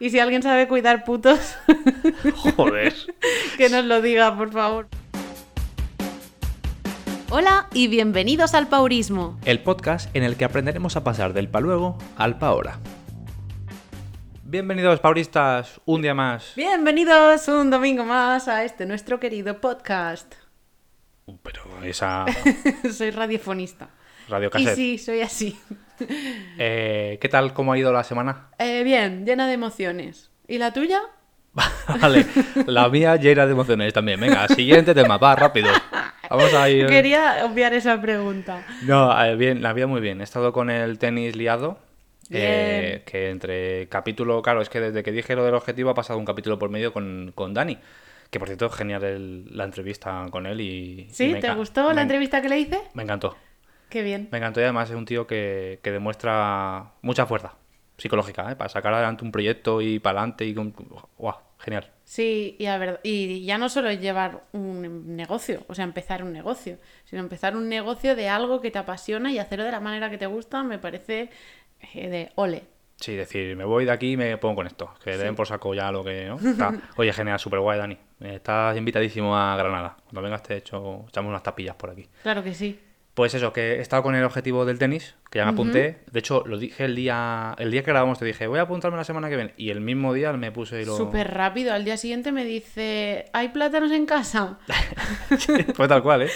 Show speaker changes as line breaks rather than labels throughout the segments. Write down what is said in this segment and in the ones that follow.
Y si alguien sabe cuidar putos,
Joder.
que nos lo diga, por favor. Hola y bienvenidos al Paurismo.
El podcast en el que aprenderemos a pasar del pa luego al pa ahora. Bienvenidos, pauristas, un día más.
Bienvenidos un domingo más a este nuestro querido podcast.
Uh, Pero esa
soy radiofonista.
radio
Y
cassette.
sí, soy así.
Eh, ¿Qué tal? ¿Cómo ha ido la semana?
Eh, bien, llena de emociones. ¿Y la tuya?
Vale, la mía llena de emociones también. Venga, siguiente tema, va, rápido. Vamos a ir.
Quería obviar esa pregunta.
No, eh, bien, la vida muy bien. He estado con el tenis liado. eh,
Bien.
que entre capítulo, claro, es que desde que dije lo del objetivo ha pasado un capítulo por medio con, con Dani. Que por cierto, genial el- la entrevista con él y. y
¿Sí?
me
¿Te
enca-
gustó
me
la
en-
entrevista que le hice?
Me encantó.
Qué bien.
Me encantó y además es un tío que, que demuestra mucha fuerza psicológica, ¿eh? Para sacar adelante un proyecto y para adelante y con. ¡Guau! Genial.
Sí, y, a ver- y ya no solo es llevar un negocio, o sea, empezar un negocio, sino empezar un negocio de algo que te apasiona y hacerlo de la manera que te gusta, me parece eh, de ole.
Sí, decir, me voy de aquí y me pongo con esto. Que le den por saco ya lo que. ¿no? Está- Oye, genial, súper guay, Dani. Estás invitadísimo a Granada. Cuando vengas, te hecho, echamos unas tapillas por aquí.
Claro que sí.
Pues eso, que he estado con el objetivo del tenis, que ya me apunté. De hecho, lo dije el día el día que grabamos, te dije, voy a apuntarme la semana que viene. Y el mismo día me puse y lo.
Súper rápido. Al día siguiente me dice, ¿hay plátanos en casa?
Fue tal cual, ¿eh?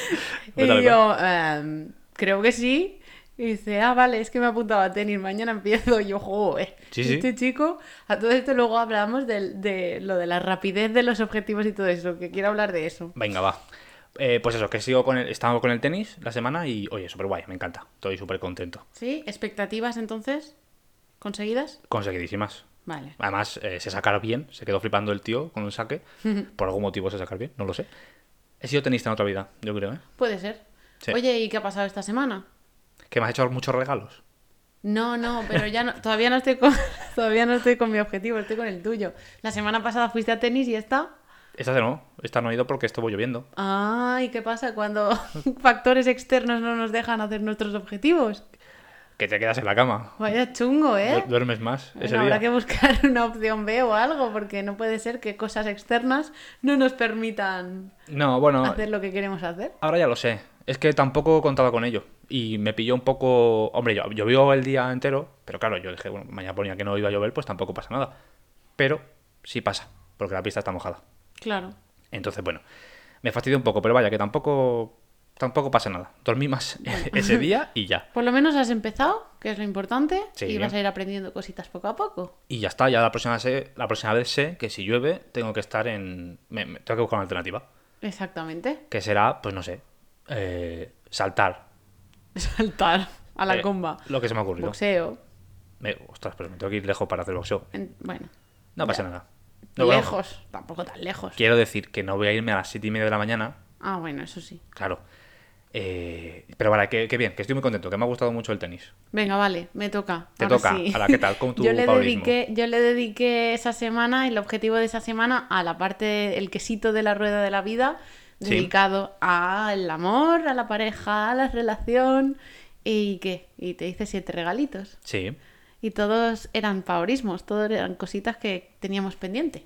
Fue
y
tal cual.
yo, "Em, creo que sí. Y dice, ah, vale, es que me apuntaba a tenis, mañana empiezo. Y yo, joder,
Sí, sí.
este chico. A todo esto luego hablamos del- de lo de la rapidez de los objetivos y todo eso, que quiero hablar de eso.
Venga, va. Eh, pues eso, que sigo con el, estamos con el tenis la semana y, oye, súper guay, me encanta. Estoy súper contento.
¿Sí? ¿Expectativas entonces? ¿Conseguidas?
Conseguidísimas.
Vale.
Además, eh, sé sacar bien, se quedó flipando el tío con un saque. Por algún motivo sé sacar bien, no lo sé. He sido tenista en otra vida, yo creo, ¿eh?
Puede ser.
Sí.
Oye, ¿y qué ha pasado esta semana?
Que me has hecho muchos regalos.
No, no, pero ya no, todavía no estoy con todavía no estoy con mi objetivo, estoy con el tuyo. La semana pasada fuiste a tenis y esta.
Esta de no, esta no he ido porque estuvo lloviendo.
Ay, ¿qué pasa cuando factores externos no nos dejan hacer nuestros objetivos?
Que te quedas en la cama.
Vaya chungo, ¿eh?
Du- Duermes más
Bueno,
ese
habrá
día.
que buscar una opción B o algo, porque no puede ser que cosas externas no nos permitan
No, bueno,
hacer lo que queremos hacer.
ahora ya lo sé. Es que tampoco contaba con ello. Y me pilló un poco. Hombre, yo llovió el día entero, pero claro, yo dije, bueno, mañana ponía que no iba a llover, pues tampoco pasa nada. Pero sí pasa, porque la pista está mojada.
Claro.
Entonces, bueno, me fastidió un poco, pero vaya, que tampoco tampoco pasa nada. Dormí más ese día y ya.
Por lo menos has empezado, que es lo importante,
Sí.
y vas a ir aprendiendo cositas poco a poco.
Y ya está, ya la próxima, se- la próxima vez sé que si llueve tengo que estar en... me- me- tengo que buscar una alternativa,
Exactamente.
que será, pues no sé, eh, saltar.
Saltar a la
Eh,
comba.
Lo que se me ha ocurrido.
Boxeo.
Me- ostras, pero me tengo que ir lejos para hacer boxeo.
en- bueno,
No pasa nada. No, bueno,
lejos. Tampoco tan lejos.
quiero decir que no voy a irme a las siete y media de la mañana
Ah, bueno, eso sí.
Claro. Eh, pero vale, que, que bien, que estoy muy contento, que me ha gustado mucho el tenis.
Venga, vale, me toca.
Te
Ahora
toca.
sí.
Ahora, ¿qué tal con tu
yo le
paulismo?
dediqué, Yo le dediqué esa semana, el objetivo de esa semana, a la parte, el quesito de la rueda de la vida,
Sí.
dedicado al amor, a la pareja, a la relación. ¿Y qué? Y te hice siete regalitos.
Sí.
Y todos eran paurismos, todos eran cositas que teníamos pendiente.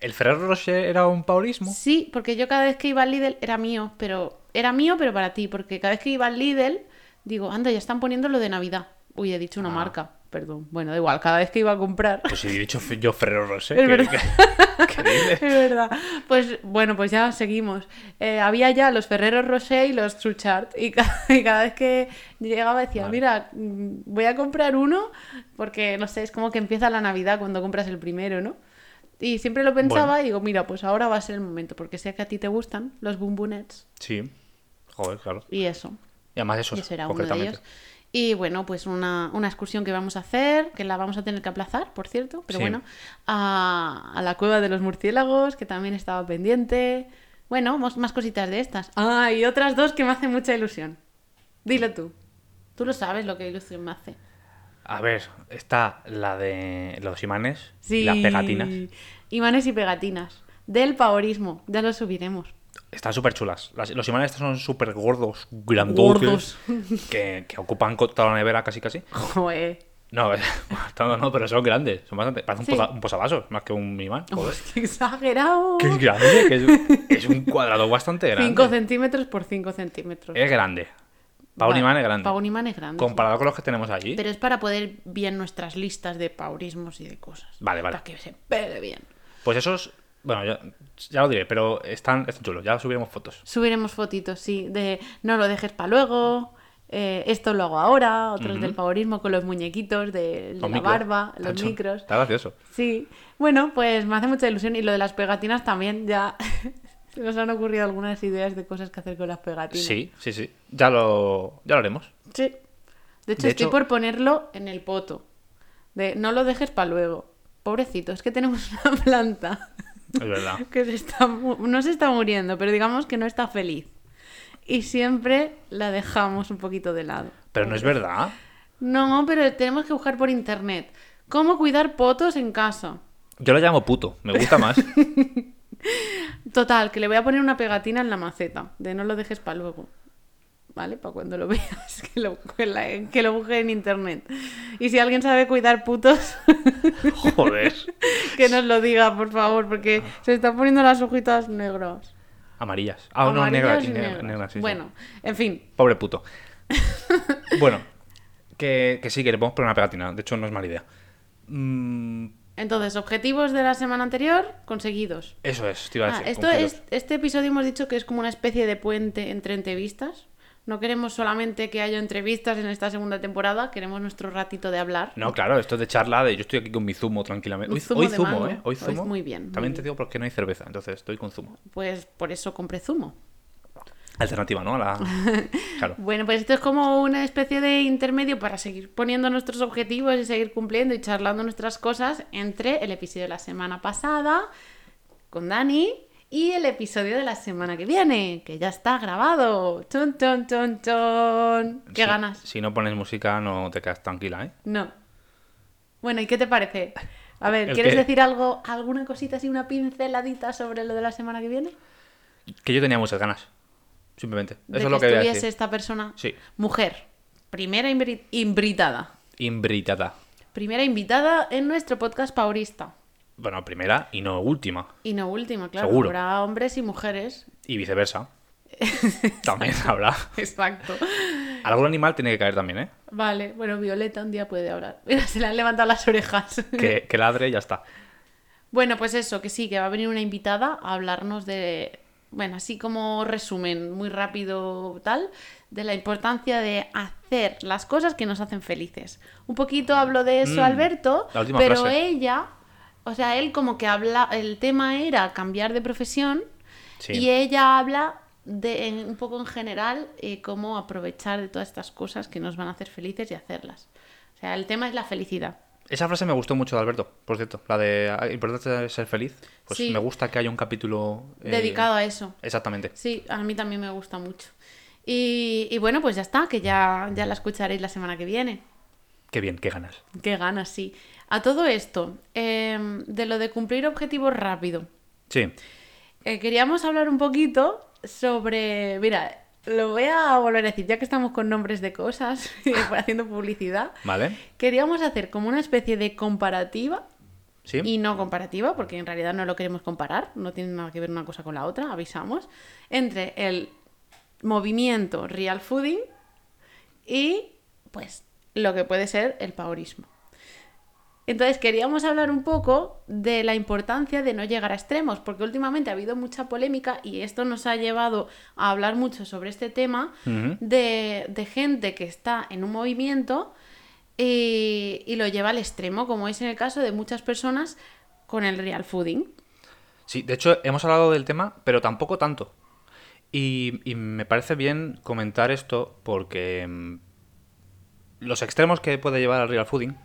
¿El Ferrero Rocher era un paulismo?
Sí, porque yo cada vez que iba al Lidl era mío, pero era mío, pero para ti, porque cada vez que iba al Lidl digo, anda, ya están poniendo lo de Navidad. Uy, he dicho una
Ah.
marca, perdón. Bueno, da igual, cada vez que iba a comprar.
Pues si he dicho fe- yo Ferrero Rocher.
Es
¿qué-
verdad.
qué- qué dices?
Es verdad. Pues bueno, pues ya seguimos. Eh, había ya los Ferreros Rocher y los Truchart. Y, ca- y cada vez que llegaba decía,
Vale.
mira, mm, voy a comprar uno porque, no sé, es como que empieza la Navidad cuando compras el primero, ¿no? Y siempre lo pensaba
Bueno.
y digo, mira, pues ahora va a ser el momento porque sé que a ti te gustan los bumbunets
Sí. Joder, claro.
y eso.
Y además eso,
Y eso era uno de
concretamente.
ellos. Y bueno, pues una, una excursión que vamos a hacer, que la vamos a tener que aplazar, por cierto, pero
Sí.
bueno, a, a la cueva de los murciélagos, que también estaba pendiente. Bueno, mos- más cositas de estas. Ah, y otras dos que me hacen mucha ilusión. Dilo tú. Tú lo sabes lo que ilusión me hace.
A ver, está la de los imanes
Sí.
y las pegatinas.
Imanes y pegatinas. Del paorismo. Ya lo subiremos.
Están súper chulas. Las- los imanes estos son súper gordos, grandotes,
Gordos.
Que, que ocupan co- toda la nevera casi casi.
Joder.
No, tanto no, pero son grandes. Son bastante. Parece un,
Sí. Oh.
posa- un posavasos, más que un imán. joder.
¡Qué exagerado!
Qué grande, que es, es un cuadrado bastante grande.
5 centímetros por 5 centímetros.
Es grande. Para Eh, un
Vale,
imán es grande.
Para un imán es grande.
Comparado con los que tenemos allí.
Pero es para poder bien nuestras listas de paurismos y de cosas.
Vale, vale.
Para que se pegue bien.
Pues esos, bueno, ya, ya lo diré, pero están, están chulos. Ya subiremos fotos.
Subiremos fotitos, sí, de no lo dejes para luego, eh, esto lo hago ahora, otros del favorismo con los muñequitos, de la
Los micros.
barba,
Está
los
chulo.
micros.
Está gracioso.
Sí, bueno, pues me hace mucha ilusión y lo de las pegatinas también, ya se nos han ocurrido algunas ideas de cosas que hacer con las pegatinas.
Sí, sí, sí. Ya lo, ya lo haremos.
Sí. De hecho,
De
estoy
hecho-
por ponerlo en el poto. De no lo dejes para luego. Pobrecito, es que tenemos una planta
Es verdad.
que se está mu- no se está muriendo, pero digamos que no está feliz. Y siempre la dejamos un poquito de lado.
Pero no es verdad.
No, pero tenemos que buscar por internet. ¿Cómo cuidar potos en casa?
Yo lo llamo puto. Me gusta más.
Total, que le voy a poner una pegatina en la maceta, de no lo dejes para luego. ¿Vale? Para cuando lo veas, que lo, que la- que lo busque en internet. Y si alguien sabe cuidar putos,
Joder.
que nos lo diga, por favor, porque se están poniendo las hojitas negras.
Amarillas. Ah, no, negra,
Amarillas y
negra,
negras.
negra, sí, sí.
Bueno, en fin,
Pobre puto. bueno, que, que sí, que le podemos poner una pegatina. De hecho, no es mala idea. Mm,
entonces, objetivos de la semana anterior conseguidos.
eso es, te iba a
Ah,
decir.
esto
cumplidos.
es, este episodio hemos dicho que es como una especie de puente entre entrevistas. No queremos solamente que haya entrevistas en esta segunda temporada, queremos nuestro ratito de hablar.
No, claro, esto es de charla de yo estoy aquí con mi zumo tranquilamente.
Un
Hoy
zumo
hoy
de
zumo,
mango.
¿eh? Hoy
Hoy
zumo.
muy bien, muy
También te
bien.
digo porque no hay cerveza, entonces estoy con zumo.
Pues por eso compré zumo.
Alternativa, ¿no? A la... Claro.
Bueno, pues esto es como una especie de intermedio para seguir poniendo nuestros objetivos y seguir cumpliendo y charlando nuestras cosas entre el episodio de la semana pasada con Dani y el episodio de la semana que viene, que ya está grabado. Chon, chon, chon, chon. ¿Qué
Si-
ganas?
Si no pones música, no te quedas tranquila, ¿eh?
No. Bueno, ¿y qué te parece? A ver,
¿El
¿quieres
qué?
decir algo, alguna cosita así, una pinceladita sobre lo de la semana que viene?
Que yo tenía muchas ganas. Simplemente. Eso
De
es lo que voy a
estuviese
decir.
esta persona.
Sí.
Mujer. Primera imbri- invitada.
Imbritada.
Primera invitada en nuestro podcast paurista.
Bueno, primera y no última.
Y no última, claro.
Seguro.
Habrá hombres y mujeres.
Y viceversa. También habrá.
Exacto.
Algún animal tiene que caer también, ¿eh?
Vale, bueno, Violeta un día puede hablar. Mira, se le han levantado las orejas.
Que, que ladre y ya está.
Bueno, pues eso, que sí, que va a venir una invitada a hablarnos de, bueno, así como resumen muy rápido tal, de la importancia de hacer las cosas que nos hacen felices. Un poquito hablo de eso
Mm,
Alberto,
la última
pero
frase.
ella, o sea, él como que habla, el tema era cambiar de profesión
Sí.
y ella habla de en- un poco en general eh, cómo aprovechar de todas estas cosas que nos van a hacer felices y hacerlas. O sea, el tema es la felicidad.
Esa frase me gustó mucho de Alberto, por cierto. La de "Ah, importante es ser feliz. Pues
Sí.
me gusta que haya un capítulo. eh,
Dedicado a eso.
Exactamente.
Sí, a mí también me gusta mucho. Y, y bueno, pues ya está, que ya, ya la escucharéis la semana que viene.
Qué bien, qué ganas.
Qué ganas, sí. A todo esto, em, de lo de cumplir objetivos rápido,
Sí.
eh, queríamos hablar un poquito sobre. Mira, lo voy a volver a decir, ya que estamos con nombres de cosas, haciendo publicidad.
¿Vale?
Queríamos hacer como una especie de comparativa
Sí.
y no comparativa, porque en realidad no lo queremos comparar, no tiene nada que ver una cosa con la otra, avisamos, entre el movimiento real fooding y pues lo que puede ser el paurismo. Entonces queríamos hablar un poco de la importancia de no llegar a extremos, porque últimamente ha habido mucha polémica y esto nos ha llevado a hablar mucho sobre este tema
Ujú.
de, de gente que está en un movimiento y, y lo lleva al extremo, como es en el caso de muchas personas con el real fooding.
Sí, de hecho, hemos hablado del tema, pero tampoco tanto. Y, y me parece bien comentar esto porque mm, los extremos que puede llevar el real fooding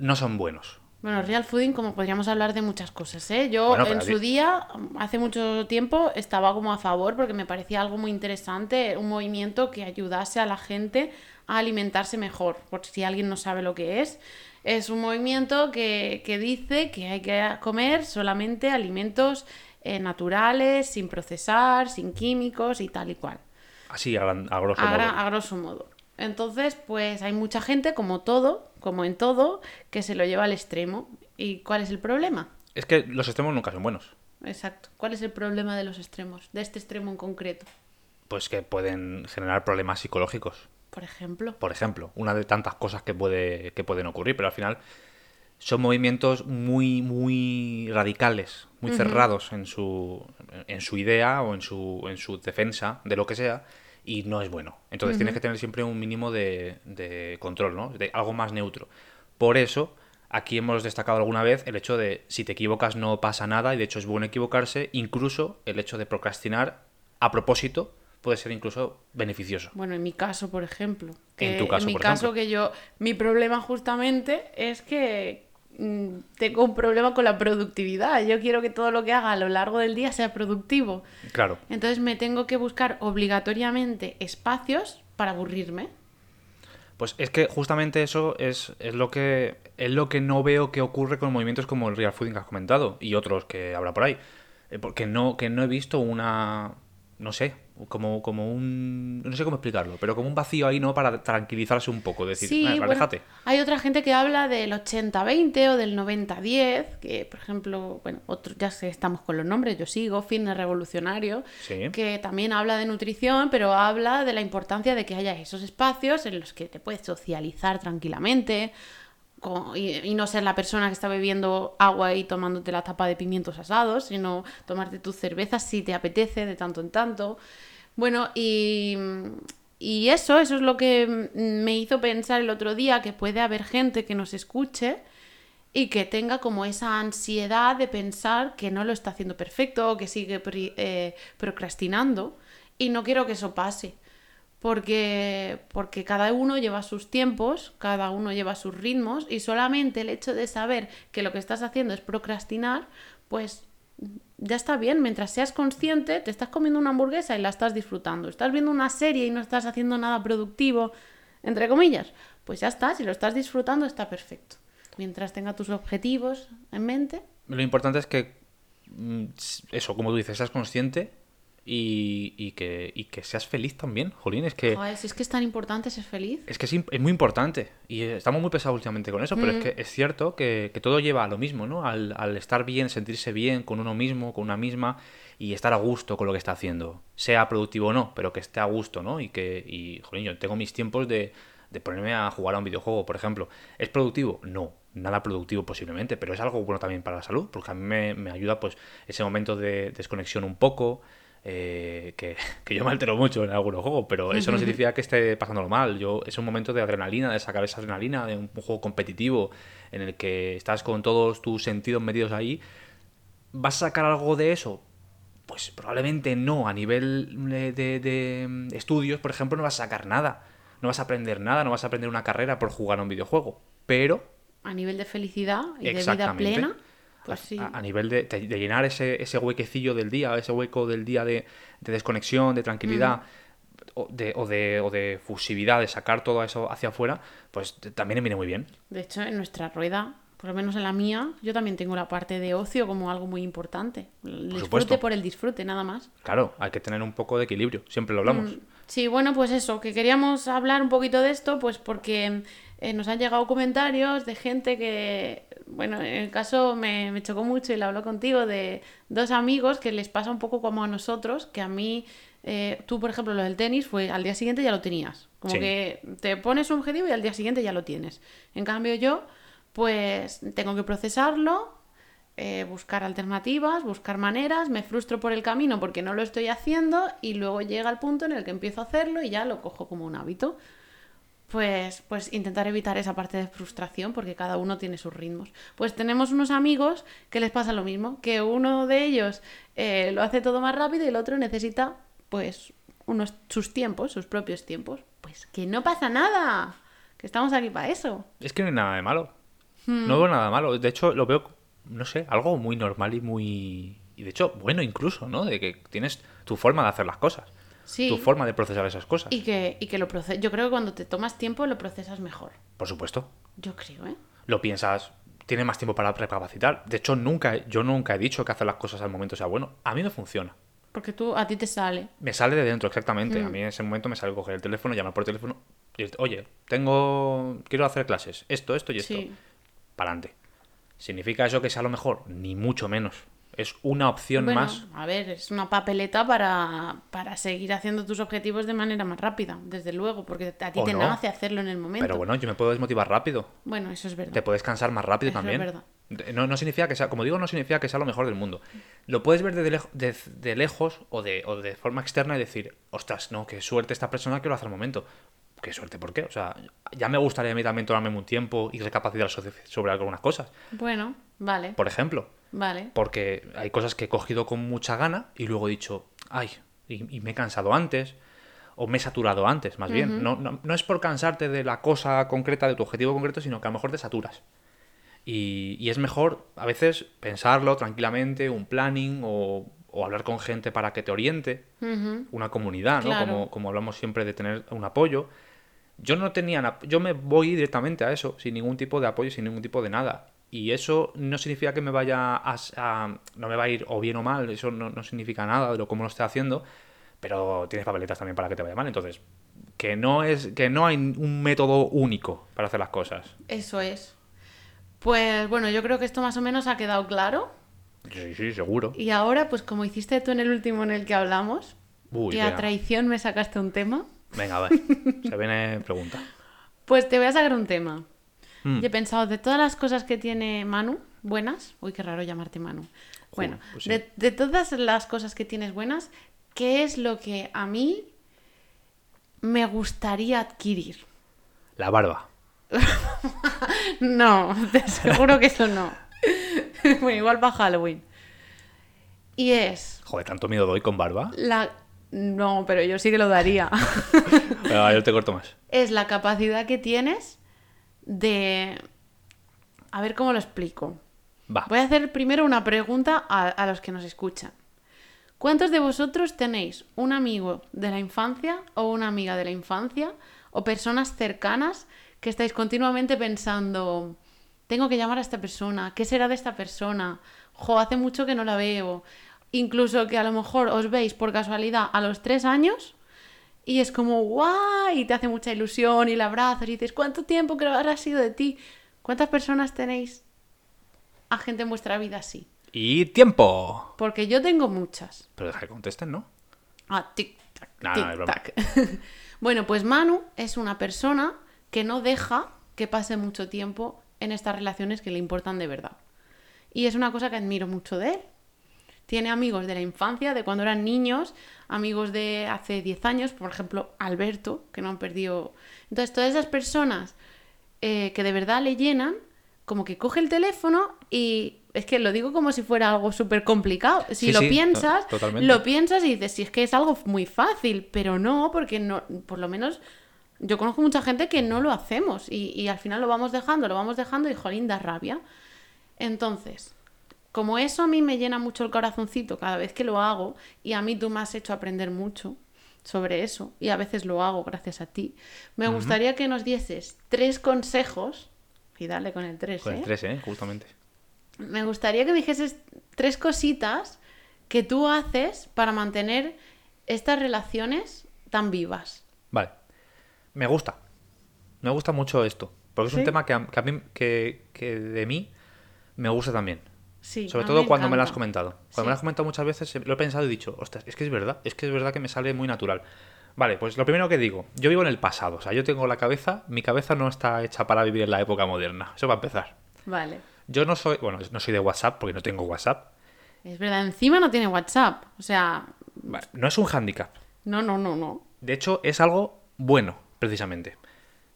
no son buenos.
Bueno, real fooding, como podríamos hablar de muchas cosas, ¿eh? Yo
Bueno,
en
pero
su
di-
día, hace mucho tiempo, estaba como a favor porque me parecía algo muy interesante, un movimiento que ayudase a la gente a alimentarse mejor, por si alguien no sabe lo que es. Es un movimiento que, que dice que hay que comer solamente alimentos eh, naturales, sin procesar, sin químicos y tal y cual.
Así, a, gran- a grosso
a, gra-
modo.
a grosso modo. Entonces, pues hay mucha gente, como todo, como en todo, que se lo lleva al extremo. ¿Y cuál es el problema?
Es que los extremos nunca son buenos.
Exacto. ¿Cuál es el problema de los extremos? De este extremo en concreto,
Pues que pueden generar problemas psicológicos.
por ejemplo.
por ejemplo, una de tantas cosas que, puede, que pueden ocurrir, pero al final son movimientos muy, muy radicales, muy cerrados en su, en su idea o en su, en su defensa de lo que sea, y no es bueno. Entonces tienes que tener siempre un mínimo de, de control, ¿no? De algo más neutro. Por eso, aquí hemos destacado alguna vez el hecho de si te equivocas no pasa nada, y de hecho es bueno equivocarse, incluso el hecho de procrastinar a propósito puede ser incluso beneficioso.
Bueno, en mi caso, por ejemplo. que
En tu caso,
mi
por
caso,
ejemplo.
que yo. Mi problema justamente es que mm, tengo un problema con la productividad. Yo quiero que todo lo que haga a lo largo del día sea productivo.
Claro.
Entonces me tengo que buscar obligatoriamente espacios para aburrirme.
Pues es que justamente eso es, es lo que es lo que no veo que ocurre con movimientos como el real fooding que has comentado y otros que habrá por ahí. Eh, Porque no, que no he visto una. No sé, como, como un. No sé cómo explicarlo, pero como un vacío ahí, ¿no? Para tranquilizarse un poco, decir, "Eh,
bueno,
relájate".
hay otra gente que habla del 80-20 o del 90-10, que por ejemplo, bueno, otro, ya sé, estamos con los nombres, yo sigo, Fitness Revolucionario,
Sí.
que también habla de nutrición, pero habla de la importancia de que haya esos espacios en los que te puedes socializar tranquilamente co- y, y no ser la persona que está bebiendo agua y tomándote la tapa de pimientos asados, sino tomarte tus cervezas si te apetece de tanto en tanto. Bueno, y, y eso, eso es lo que mm, me hizo pensar el otro día, que puede haber gente que nos escuche y que tenga como esa ansiedad de pensar que no lo está haciendo perfecto o que sigue pri- eh, procrastinando. Y no quiero que eso pase, porque, porque cada uno lleva sus tiempos, cada uno lleva sus ritmos y solamente el hecho de saber que lo que estás haciendo es procrastinar, pues ya está bien, mientras seas consciente, te estás comiendo una hamburguesa y la estás disfrutando, estás viendo una serie y no estás haciendo nada productivo, entre comillas, pues ya está, si lo estás disfrutando está perfecto. Mientras tenga tus objetivos en mente,
Lo importante es que mm, s- eso, como tú dices, seas consciente y, y que, y que seas feliz también. Jolín, es que.
joder, si es que es tan importante ser feliz.
Es que es, im- es muy importante y eh, estamos muy pesados últimamente con eso, pero es que es cierto que, que todo lleva a lo mismo, ¿no? Al, al estar bien, sentirse bien con uno mismo, con una misma y estar a gusto con lo que está haciendo, sea productivo o no, pero que esté a gusto, ¿no? Y que, y, joder, yo tengo mis tiempos de, de ponerme a jugar a un videojuego, por ejemplo. ¿Es productivo? No, nada productivo posiblemente, pero es algo bueno también para la salud, porque a mí me, me ayuda pues ese momento de desconexión un poco, eh, que, que yo me altero mucho en algunos juegos, pero eso no significa que esté pasándolo mal. Yo, es un momento de adrenalina, de sacar esa adrenalina de un, un juego competitivo en el que estás con todos tus sentidos metidos ahí. ¿Vas a sacar algo de eso? Pues probablemente no. A nivel eh, de, de, mm, estudios, por ejemplo, no vas a sacar nada. No vas a aprender nada, no vas a aprender una carrera por jugar a un videojuego. Pero
a nivel de felicidad y de vida plena, pues
a,
sí.
a- a nivel de, de- de llenar ese, ese huequecillo del día, ese hueco del día de, de desconexión, de tranquilidad o, de, o, de, o de fusividad, de sacar todo eso hacia afuera, pues t- también me viene muy bien.
De hecho, en nuestra rueda, por lo menos en la mía, yo también tengo la parte de ocio como algo muy importante. El disfrute
supuesto.
por el disfrute, nada más.
Claro, hay que tener un poco de equilibrio, siempre lo
Mm,
hablamos.
Sí, bueno, pues eso, que queríamos hablar un poquito de esto, pues porque eh, nos han llegado comentarios de gente que, bueno, en el caso me, me chocó mucho y lo habló contigo, de dos amigos que les pasa un poco como a nosotros, que a mí, eh, tú por ejemplo, lo del tenis fue al día siguiente ya lo tenías, como
Sí.
que te pones un objetivo y al día siguiente ya lo tienes. En cambio yo, pues tengo que procesarlo, eh, buscar alternativas, buscar maneras, me frustro por el camino porque no lo estoy haciendo y luego llega el punto en el que empiezo a hacerlo y ya lo cojo como un hábito. Pues, pues intentar evitar esa parte de frustración porque cada uno tiene sus ritmos. Pues tenemos unos amigos que les pasa lo mismo, que uno de ellos eh, lo hace todo más rápido y el otro necesita pues unos, sus tiempos, sus propios tiempos. Pues que no pasa nada, que estamos aquí para eso.
Es que no hay nada de malo.
Hmm.
No veo nada de malo. De hecho, lo veo, no sé, algo muy normal y muy... Y de hecho, bueno incluso, ¿no? De que tienes tu forma de hacer las cosas.
Sí.
Tu forma de procesar esas cosas.
Y que, y que lo proces Yo creo que cuando te tomas tiempo lo procesas mejor.
Por supuesto.
Yo creo, ¿eh?
lo piensas, tienes más tiempo para recapacitar. De hecho, nunca, yo nunca he dicho que hacer las cosas al momento sea bueno. A mí me funciona.
Porque tú, a ti te sale. Hmm.
Me sale de dentro, exactamente. A mí en ese momento me sale coger el teléfono, llamar por teléfono. Y, Oye, tengo. Quiero hacer clases. Esto, esto y esto.
Sí.
Para adelante. ¿Significa eso que sea lo mejor? Ni mucho menos. Es una opción
Bueno,
más.
a ver, es una papeleta para, para seguir haciendo tus objetivos de manera más rápida, desde luego, porque a ti
O
te
no.
nace hacerlo en el momento.
Pero bueno, yo me puedo desmotivar rápido.
Bueno, eso es verdad.
Te puedes cansar más rápido
Eso es
también.
verdad.
De- No, no significa que sea, como digo, no significa que sea lo mejor del mundo. Lo puedes ver desde lej- de, de lejos o de, o de forma externa y decir, ostras, no, qué suerte esta persona que lo hace al momento. Qué suerte, ¿por qué? O sea, ya me gustaría a mí también tomarme un tiempo y recapacitar so- sobre algunas cosas.
Bueno, vale,
Por ejemplo,
vale.
porque hay cosas que he cogido con mucha gana y luego he dicho, ay, y, y me he cansado antes, o me he saturado antes, más bien. No, no, no es por cansarte de la cosa concreta, de tu objetivo concreto, sino que a lo mejor te saturas. Y, y es mejor a veces pensarlo tranquilamente, un planning o, o hablar con gente para que te oriente,
Ujú.
una comunidad, ¿no?
Claro.
Como, como hablamos siempre de tener un apoyo. Yo no tenía, na- yo me voy directamente a eso, sin ningún tipo de apoyo, sin ningún tipo de nada. Y eso no significa que me vaya a, s- a- no me va a ir o bien o mal, eso no, no significa nada de lo cómo lo esté haciendo, pero tienes papeletas también para que te vaya mal, entonces que no es que no hay un método único para hacer las cosas.
Eso es. Pues bueno, yo creo que esto más o menos ha quedado claro.
Sí, sí, seguro.
Y ahora, pues como hiciste tú en el último en el que hablamos,
Uy,
y a
venga.
traición me sacaste un tema,
Venga, va. Se viene pregunta.
pues te voy a sacar un tema.
Mm.
Y he pensado, de todas las cosas que tiene Manu, buenas, uy, qué raro llamarte Manu. Bueno,
pues sí.
de, de todas las cosas que tienes buenas, ¿qué es lo que a mí me gustaría adquirir?
La barba.
No, te seguro que eso no. bueno, igual para Halloween. Y es
Joder, tanto miedo doy con barba.
la... No, pero yo sí que lo daría.
Venga, yo te corto más.
es la capacidad que tienes de... A ver cómo lo explico.
Va.
Voy a hacer primero una pregunta a, a los que nos escuchan. ¿Cuántos de vosotros tenéis un amigo de la infancia o una amiga de la infancia o personas cercanas que estáis continuamente pensando, tengo que llamar a esta persona, ¿qué será de esta persona? Jo, hace mucho que no la veo. Incluso que a lo mejor os veis por casualidad a los tres años y es como guay, y te hace mucha ilusión y la abrazas y dices, ¿cuánto tiempo que habrá sido de ti? ¿Cuántas personas tenéis a gente en vuestra vida así?
Y tiempo.
Porque yo tengo muchas.
Pero deja que contesten, ¿no?
Ah, tic tac,
No, no, es
tic
broma.
tac. bueno, pues Manu es una persona que no deja que pase mucho tiempo en estas relaciones que le importan de verdad. Y es una cosa que admiro mucho de él. Tiene amigos de la infancia, de cuando eran niños, amigos de hace 10 años, por ejemplo, Alberto, que no han perdido. Entonces, todas esas personas eh, que de verdad le llenan, como que coge el teléfono y es que lo digo como si fuera algo súper complicado. Si
Sí,
lo
sí, to-
piensas,
totalmente.
lo piensas y dices, si es que es algo muy fácil, pero no, porque no, por lo menos yo conozco mucha gente que no lo hacemos y, y al final lo vamos dejando, lo vamos dejando y jolín, da rabia. Entonces, como eso a mí me llena mucho el corazoncito cada vez que lo hago y a mí tú me has hecho aprender mucho sobre eso y a veces lo hago gracias a ti, me gustaría que nos dieses tres consejos y dale con el tres,
Con
¿eh?
el 3, ¿eh? Justamente.
Me gustaría que me dijeses tres cositas que tú haces para mantener estas relaciones tan vivas.
Vale. Me gusta. Me gusta mucho esto. Porque es
¿Sí?
un tema que a, que a mí, que, que de mí, me gusta también.
Sí,
Sobre
a mí
todo cuando me lo has
encanta.
comentado. Cuando
Sí.
me lo has comentado muchas veces, eh, lo he pensado y he dicho, ostras, es que es verdad, es que es verdad que me sale muy natural. Vale, pues lo primero que digo, yo vivo en el pasado, o sea, yo tengo la cabeza, mi cabeza no está hecha para vivir en la época moderna, eso va a empezar.
Vale.
Yo no soy, bueno, no soy de WhatsApp porque no tengo WhatsApp.
Es verdad, encima no tiene WhatsApp. O sea,
Vale, no es un hándicap,
no, no, no, no.
De hecho, es algo bueno, precisamente.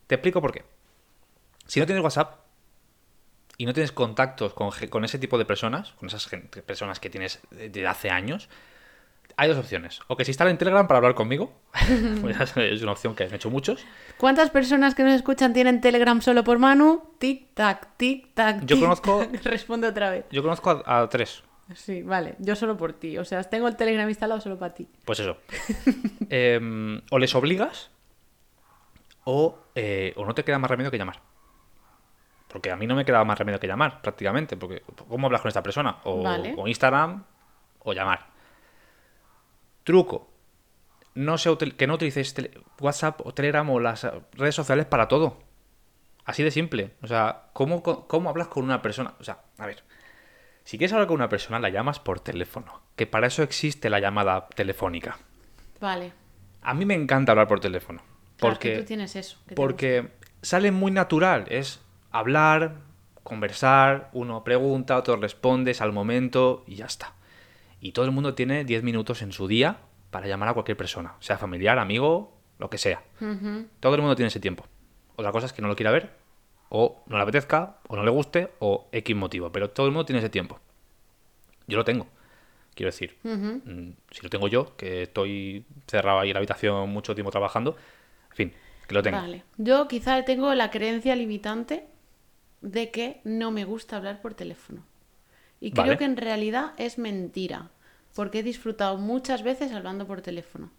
Te explico por qué. Si no tienes WhatsApp y no tienes contactos con, ge- con ese tipo de personas, con esas gente- personas que tienes desde hace años, hay dos opciones. O que se instalen en Telegram para hablar conmigo. Pues esa es una opción que han hecho muchos.
¿Cuántas personas que nos escuchan tienen Telegram solo por Manu? Tic tac, tic tac.
Yo
tic,
conozco-
tac. Responde otra vez.
Yo conozco a, a tres.
Sí, vale. Yo solo por ti. O sea, tengo el Telegram instalado solo para ti.
Pues eso. Em, o les obligas o, eh, o no te queda más remedio que llamar. Porque a mí no me quedaba más remedio que llamar, prácticamente. Porque, ¿cómo hablas con esta persona? O
Vale.
con Instagram o llamar. Truco. no se util- que no utilices tele- WhatsApp o Telegram o las eh, redes sociales para todo. Así de simple. O sea, ¿cómo, co- ¿cómo hablas con una persona? O sea, a ver. Si quieres hablar con una persona, la llamas por teléfono. Que para eso existe la llamada telefónica.
Vale.
A mí me encanta hablar por teléfono.
Claro,
Porque,
es que tú tienes eso. que te
porque sale muy natural. Es hablar, conversar, uno pregunta, otro respondes al momento y ya está. Y todo el mundo tiene 10 minutos en su día para llamar a cualquier persona, sea familiar, amigo, lo que sea.
gusta. Ujú.
Todo el mundo tiene ese tiempo. Otra cosa es que no lo quiera ver, o no le apetezca, o no le guste, o X motivo. Pero todo el mundo tiene ese tiempo. Yo lo tengo. Quiero decir,
Ujú.
mm, si lo tengo yo, que estoy cerrado ahí en la habitación mucho tiempo trabajando, en fin, que lo tengo.
Vale. Yo quizá tengo la creencia limitante de que no me gusta hablar por teléfono. Y creo
Vale.
que en realidad es mentira, porque he disfrutado muchas veces hablando por teléfono.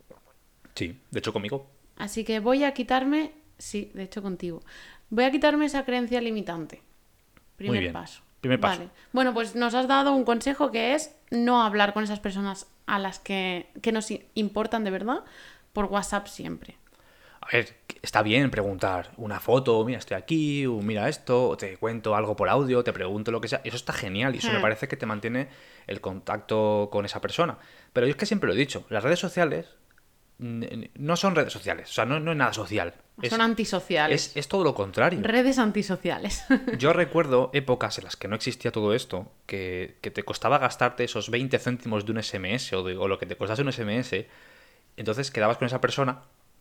Sí, de hecho conmigo.
Así que voy a quitarme, sí, de hecho contigo, voy a quitarme esa creencia limitante. Primer
bien.
paso.
Primer paso.
Vale. Bueno, pues nos has dado un consejo que es no hablar con esas personas a las que, que nos i- importan de verdad por WhatsApp siempre.
A ver, está bien preguntar una foto, mira, estoy aquí, o mira esto, o te cuento algo por audio, te pregunto lo que sea. Eso está genial y eso me
Hmm.
parece que te mantiene el contacto con esa persona. Pero yo es que siempre lo he dicho, las redes sociales mm, no son redes sociales, o sea, no, no es nada social. Es,
Son antisociales.
es- es todo lo contrario.
Redes antisociales.
Yo recuerdo épocas en las que no existía todo esto, que, que te costaba gastarte esos 20 céntimos de un SMS o, de- o lo que te costase un SMS, entonces quedabas con esa persona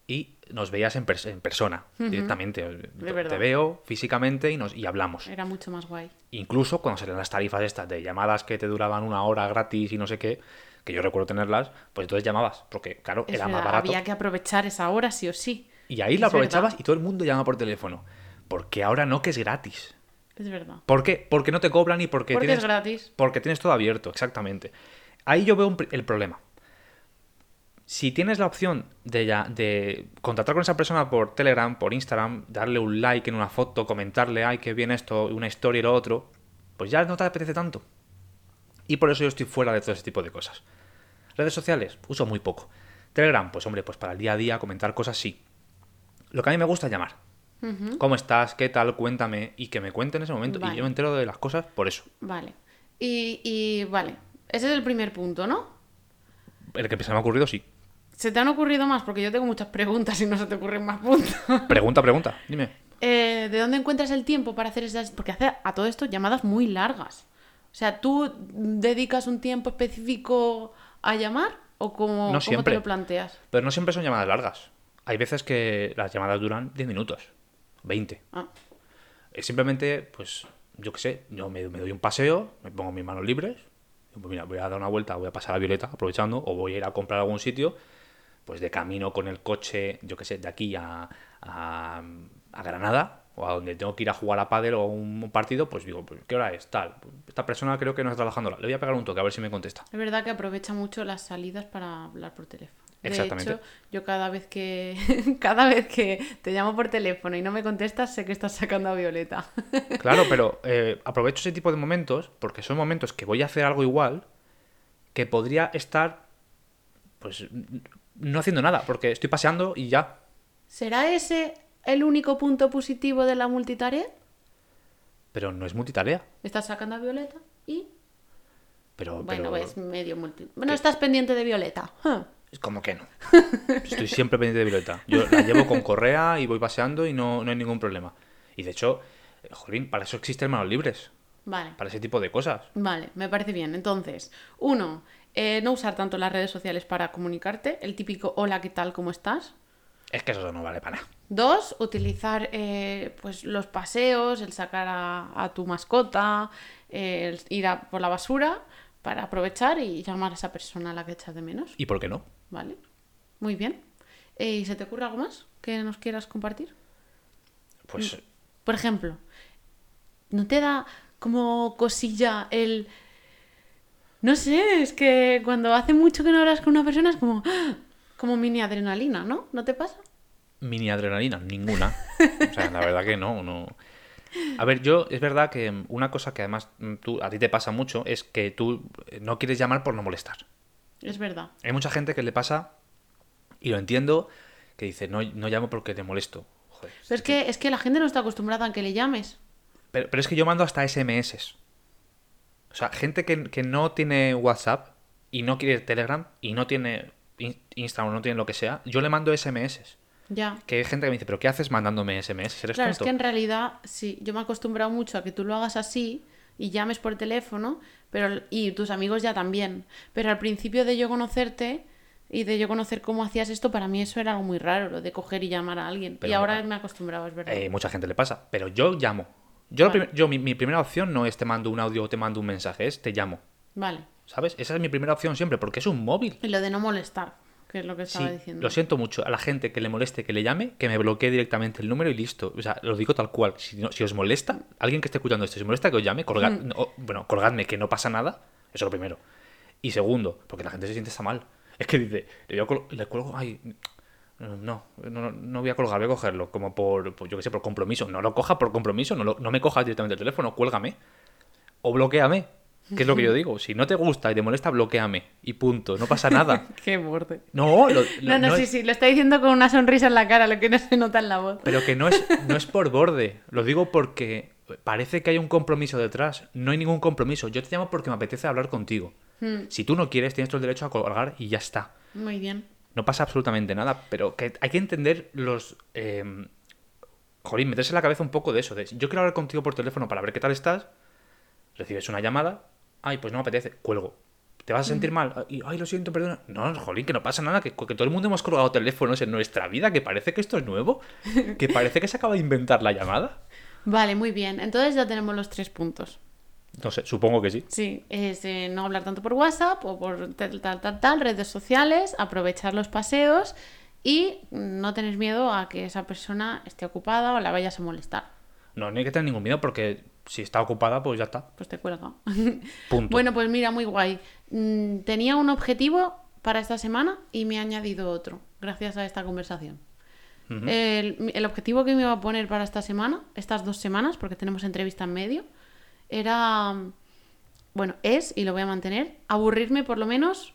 y nos veías en, pers- en persona directamente.
verdad. Eh.
Te veo físicamente y, nos, y hablamos.
Era mucho más guay.
Incluso cuando salían las tarifas estas de llamadas que te duraban una hora gratis y no sé qué, que yo recuerdo tenerlas, pues entonces llamabas, porque claro,
Es
era más
verdad,
barato.
Había que aprovechar esa hora sí o sí.
Y ahí
Es
lo aprovechabas
verdad,
y todo el mundo llama por teléfono. Porque ahora no que es gratis.
Es verdad.
¿Por qué? Porque no te cobran y porque,
Porque es
tienes,
gratis.
Porque tienes todo abierto, exactamente. Ahí yo veo un pr- el problema. Si tienes la opción de, ya- de contactar con esa persona por Telegram, por Instagram, darle un like en una foto, comentarle, ay, qué bien esto, una historia y lo otro, pues ya no te apetece tanto. Y por eso yo estoy fuera de todo ese tipo de cosas. Redes sociales, uso muy poco. Telegram, pues hombre, pues para el día a día comentar cosas sí. Lo que a mí me gusta es llamar. ¿Cómo estás? ¿Qué tal? Cuéntame. Y que me cuente en ese momento.
Vale.
Y yo me entero de las cosas por eso.
Vale. Y, y vale. Ese es el primer punto, ¿no?
El que se me ha ocurrido, sí.
¿Se te han ocurrido más? Porque yo tengo muchas preguntas y no se te ocurren más puntos.
Pregunta, pregunta. Dime.
Eh, ¿De dónde encuentras el tiempo para hacer esas? Porque hace a todo esto llamadas muy largas. O sea, ¿tú dedicas un tiempo específico a llamar? ¿O cómo,
No
cómo te
siempre.
lo planteas?
Pero no siempre son llamadas largas. Hay veces que las llamadas duran 10 minutos, 20.
Ah,
Es simplemente, pues, yo qué sé, yo me, me doy un paseo, me pongo mis manos libres. digo, Pues mira, voy a dar una vuelta, voy a pasar a Violeta aprovechando, o voy a ir a comprar a algún sitio. Pues de camino con el coche, yo qué sé, de aquí a, a, a Granada, o a donde tengo que ir a jugar a pádel o a un partido, pues digo, pues, ¿qué hora es? Tal. Esta persona creo que no está trabajando. Le voy a pegar un toque a ver si me contesta.
es verdad que aprovecha mucho las salidas para hablar por teléfono. De
Exactamente.
hecho, yo cada vez que cada vez que te llamo por teléfono y no me contestas, sé que estás sacando a Violeta.
Claro, pero eh, aprovecho ese tipo de momentos porque son momentos que voy a hacer algo igual que podría estar, pues, n- no haciendo nada, porque estoy paseando y ya.
¿Será ese el único punto positivo de la multitarea?
Pero no es multitarea.
Estás sacando a Violeta y
Pero,
bueno, pues,
pero
es medio multi. Bueno,
¿Qué?
estás pendiente de Violeta. Huh.
es como que no. Estoy siempre pendiente de Violeta. Yo la llevo con correa y voy paseando y no, no hay ningún problema. Y de hecho, eh, jolín, para eso existen manos libres,
Vale.
para ese tipo de cosas.
Vale, me parece bien. Entonces, uno, eh, no usar tanto las redes sociales para comunicarte, el típico hola, ¿qué tal? ¿Cómo estás?
Es que eso no vale para nada.
Dos, utilizar eh, pues los paseos, el sacar a, a tu mascota, eh, el ir a por la basura para aprovechar y llamar a esa persona a la que echas de menos.
¿Y por qué no?
Vale, muy bien. Eh, ¿Y se te ocurre algo más que nos quieras compartir?
Pues
Por ejemplo, ¿no te da como cosilla el... No sé, es que cuando hace mucho que no hablas con una persona es como... ¡ah! Como mini adrenalina, ¿no? ¿No te pasa?
mini adrenalina, ninguna. O sea, la verdad que no, no. A ver, yo es verdad que mm, una cosa que además mm, tú, a ti te pasa mucho es que tú eh, no quieres llamar por no molestar.
Es verdad.
Hay mucha gente que le pasa Y lo entiendo, que dice, no, no llamo porque te molesto. Joder,
Pero es que, es que la gente no está acostumbrada a que le llames.
Pero, pero es que yo mando hasta SMS. O sea, gente que, que no tiene WhatsApp y no quiere Telegram y no tiene In- Instagram o no tiene lo que sea, yo le mando SMS.
Ya.
Que hay gente que me dice, ¿pero qué haces mandándome SMS? ¿Eres
Claro, es
tonto?
que en realidad, sí, yo me he acostumbrado mucho a que tú lo hagas así y llames por teléfono, pero y tus amigos ya también. Pero al principio de yo conocerte y de yo conocer cómo hacías esto, para mí eso era algo muy raro, lo de coger y llamar a alguien.
Pero
y ahora
mira,
me he acostumbrado, es verdad.
Eh, mucha gente le pasa, pero yo llamo. Yo, lo
Vale.
prim- yo mi, mi primera opción no es te mando un audio o te mando un mensaje, es te llamo.
Vale.
¿Sabes? Esa es mi primera opción siempre, porque es un móvil.
Y lo de no molestar, que es lo que
Sí,
estaba diciendo.
lo siento mucho. A la gente que le moleste, que le llame, que me bloquee directamente el número y listo. O sea, lo digo tal cual. Si, no- si os molesta, alguien que esté escuchando esto, si os molesta que os llame, colgad,
Mm.
no, bueno, colgadme, que no pasa nada. Eso es lo primero. Y segundo, porque la gente se siente está mal. Es que dice, le, voy a col- le cuelgo, ay, no, no, no, no voy a colgar, voy a cogerlo. Como por, por, yo qué sé, por compromiso. No lo coja por compromiso, no, lo- no me cojas directamente el teléfono, cuélgame o bloqueame. Que es lo que yo digo. Si no te gusta y te molesta, bloqueame. Y punto. No pasa nada.
Qué borde.
No, lo-
No, no,
no
sí,
es-
sí, lo está diciendo con una sonrisa en la cara, lo que no se nota en la voz.
Pero que no es, no es por borde. Lo digo porque parece que hay un compromiso detrás. No hay ningún compromiso. Yo te llamo porque me apetece hablar contigo.
Hmm.
Si tú no quieres, tienes todo el derecho a colgar y ya está.
Muy bien.
No pasa absolutamente nada. Pero que hay que entender los. Eh, jolín, meterse en la cabeza un poco de eso. De, yo quiero hablar contigo por teléfono para ver qué tal estás. Recibes una llamada. Ay, pues no me apetece. Cuelgo. ¿Te vas a sentir mal? Y, Ay, lo siento, perdona. No, jolín, que no pasa nada, que, que todo el mundo hemos colgado teléfonos en nuestra vida, que parece que esto es nuevo, que parece que se acaba de inventar la llamada.
Vale, muy bien. Entonces ya tenemos los tres puntos.
No sé, supongo que sí.
Sí, es eh, no hablar tanto por WhatsApp o por tal, tal, tal, tal, redes sociales, aprovechar los paseos y no tener miedo a que esa persona esté ocupada o la vayas a molestar.
No, no hay que tener ningún miedo porque si está ocupada, pues ya está.
Pues te cuelga.
Punto.
Bueno, pues mira, muy guay. Mm, Tenía un objetivo para esta semana y me he añadido otro, gracias a esta conversación. el, el objetivo que me iba a poner para esta semana, estas dos semanas, porque tenemos entrevista en medio, era, mm, bueno, es, y lo voy a mantener, aburrirme por lo menos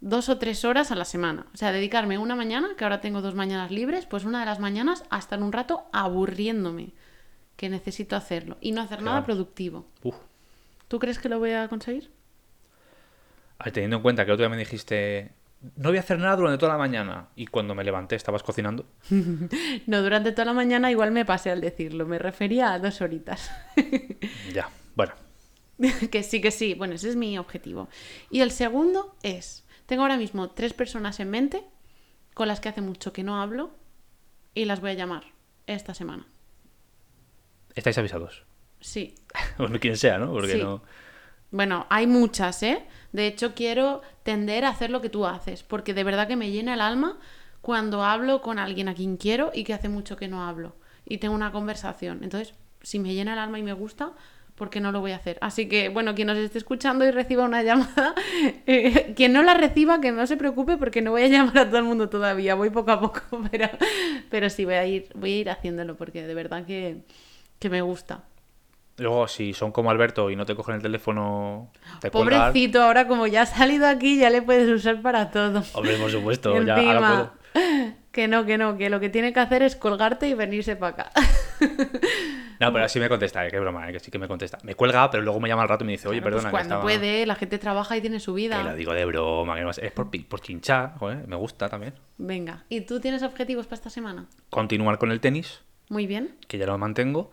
dos o tres horas a la semana. O sea, dedicarme una mañana, que ahora tengo dos mañanas libres, pues una de las mañanas a estar un rato aburriéndome, que necesito hacerlo, y no hacer nada
Claro.
productivo.
Uf.
¿Tú crees que lo voy a conseguir?
A ver, Teniendo en cuenta que el otro día me dijiste, no voy a hacer nada durante toda la mañana. Y cuando me levanté estabas cocinando.
No, durante toda la mañana igual me pasé al decirlo, me refería a dos horitas.
Ya, bueno.
que sí, que sí, bueno, ese es mi objetivo. Y el segundo es, tengo ahora mismo tres personas en mente con las que hace mucho que no hablo y las voy a llamar esta semana.
Estáis avisados.
Sí,
Bueno, quien sea, ¿no? Porque
Sí.
no.
Bueno, hay muchas, ¿eh? De hecho, quiero tender a hacer lo que tú haces, porque de verdad que me llena el alma cuando hablo con alguien a quien quiero y que hace mucho que no hablo y tengo una conversación. Entonces, si me llena el alma y me gusta, ¿por qué no lo voy a hacer? Así que, bueno, quien nos esté escuchando y reciba una llamada, eh, quien no la reciba, que no se preocupe, porque no voy a llamar a todo el mundo todavía, voy poco a poco, pero, pero sí voy a ir, voy a ir haciéndolo, porque de verdad que, que me gusta.
Luego, si son como Alberto y no te cogen el teléfono, te cuelgan.
Pobrecito, ahora como ya ha salido aquí, ya le puedes usar para todo.
Hombre, por supuesto,
Y
ya ahora
encima,
puedo.
que no, que no, que lo que tiene que hacer es colgarte y venirse para acá.
No, pero así me contesta, eh, qué broma, eh, que sí que me contesta. Me cuelga, pero luego me llama al rato y me dice, oye,
Bueno, pues
perdona, que
cuando
estaba-
puede, la gente trabaja y tiene su vida.
Te lo digo de broma, que no vas- es por, pi- por chinchar, joder, me gusta también.
Venga, ¿y tú tienes objetivos para esta semana?
Continuar con el tenis,
Muy bien.
que ya lo mantengo.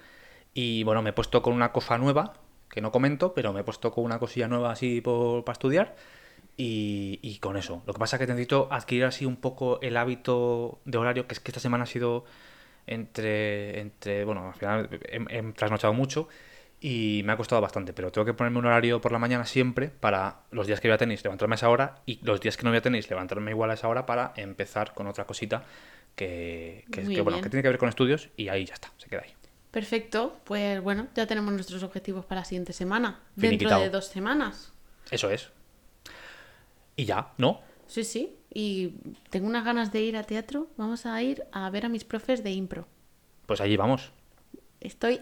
Y bueno, me he puesto con una cosa nueva, que no comento, pero me he puesto con una cosilla nueva así por, para estudiar. Y, y con eso. Lo que pasa es que necesito adquirir así un poco el hábito de horario, que es que esta semana ha sido entre. entre bueno, al final he, he trasnochado mucho y me ha costado bastante, pero tengo que ponerme un horario por la mañana siempre para los días que voy a tenis levantarme a esa hora y los días que no voy a tenis levantarme igual a esa hora para empezar con otra cosita que, que,
Muy
que, bueno,
bien.
que tiene que ver con estudios y ahí ya está, se queda ahí.
Perfecto, pues bueno, ya tenemos nuestros objetivos para la siguiente semana. Dentro
Finiquitao.
de dos semanas.
Eso es. Y ya, ¿no?
Sí, sí. Y tengo unas ganas de ir a teatro. Vamos a ir a ver a mis profes de impro.
Pues allí vamos.
Estoy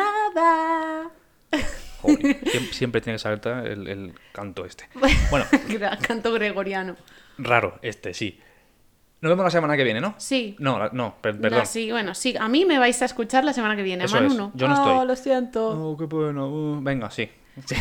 ilusionada.
Joder, siem- siempre tiene que saber el, el canto este. Bueno,
Gra- Canto gregoriano.
raro este, sí. Nos vemos la semana que viene, ¿no?
Sí.
No, la- no, per-
La-
perdón.
sí, bueno, sí. A mí me vais a escuchar la semana que viene. A
Eso
Manu
es.
no.
Yo no estoy.
Oh, lo siento.
Oh, qué bueno. uh, venga, sí. Sí.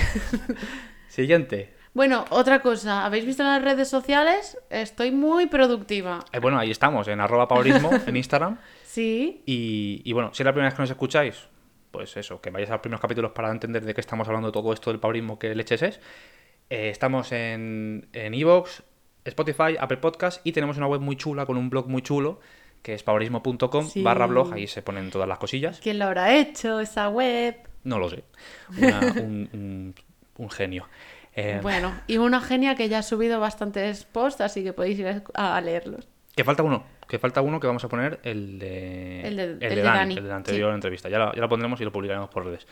Siguiente.
Bueno, otra cosa. ¿Habéis visto en las redes sociales? Estoy muy productiva.
Eh, bueno, ahí estamos, en arroba paulismo, en Instagram.
Sí.
Y, y bueno, si es la primera vez que nos escucháis, pues eso, que vayáis a los primeros capítulos para entender de qué estamos hablando todo esto del paurismo que leches es. Eh, estamos en en Evox, Spotify, Apple Podcast y tenemos una web muy chula con un blog muy chulo que es paurismo.com
Sí.
barra blog, ahí se ponen todas las cosillas.
¿Quién lo habrá hecho? Esa web.
No lo sé. Una- un, un- un genio. Eh,
Bueno, y una genia que ya ha subido bastantes posts, así que podéis ir a escu- a leerlos.
Que falta uno, que falta uno que vamos a poner el de,
El de-
el de
el de
Dani,
Dani,
el de la anterior entrevista. Ya la, ya la pondremos y lo publicaremos por redes.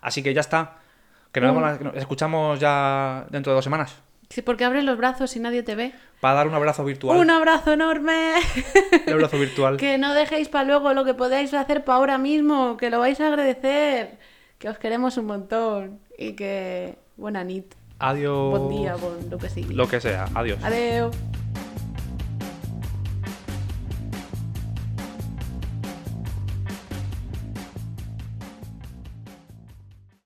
Así que ya está. Que nos, vemos la- que nos escuchamos ya dentro de dos semanas.
Sí, porque abres los brazos y nadie te ve.
Para dar un abrazo virtual.
Un abrazo enorme.
Un abrazo virtual.
que no dejéis para luego lo que podáis hacer para ahora mismo, que lo vais a agradecer. Que os queremos un montón. Y que buena nit,
Adiós.
buen día, buen Oh. lo que sí.
Lo que sea. Adiós.
Adeu.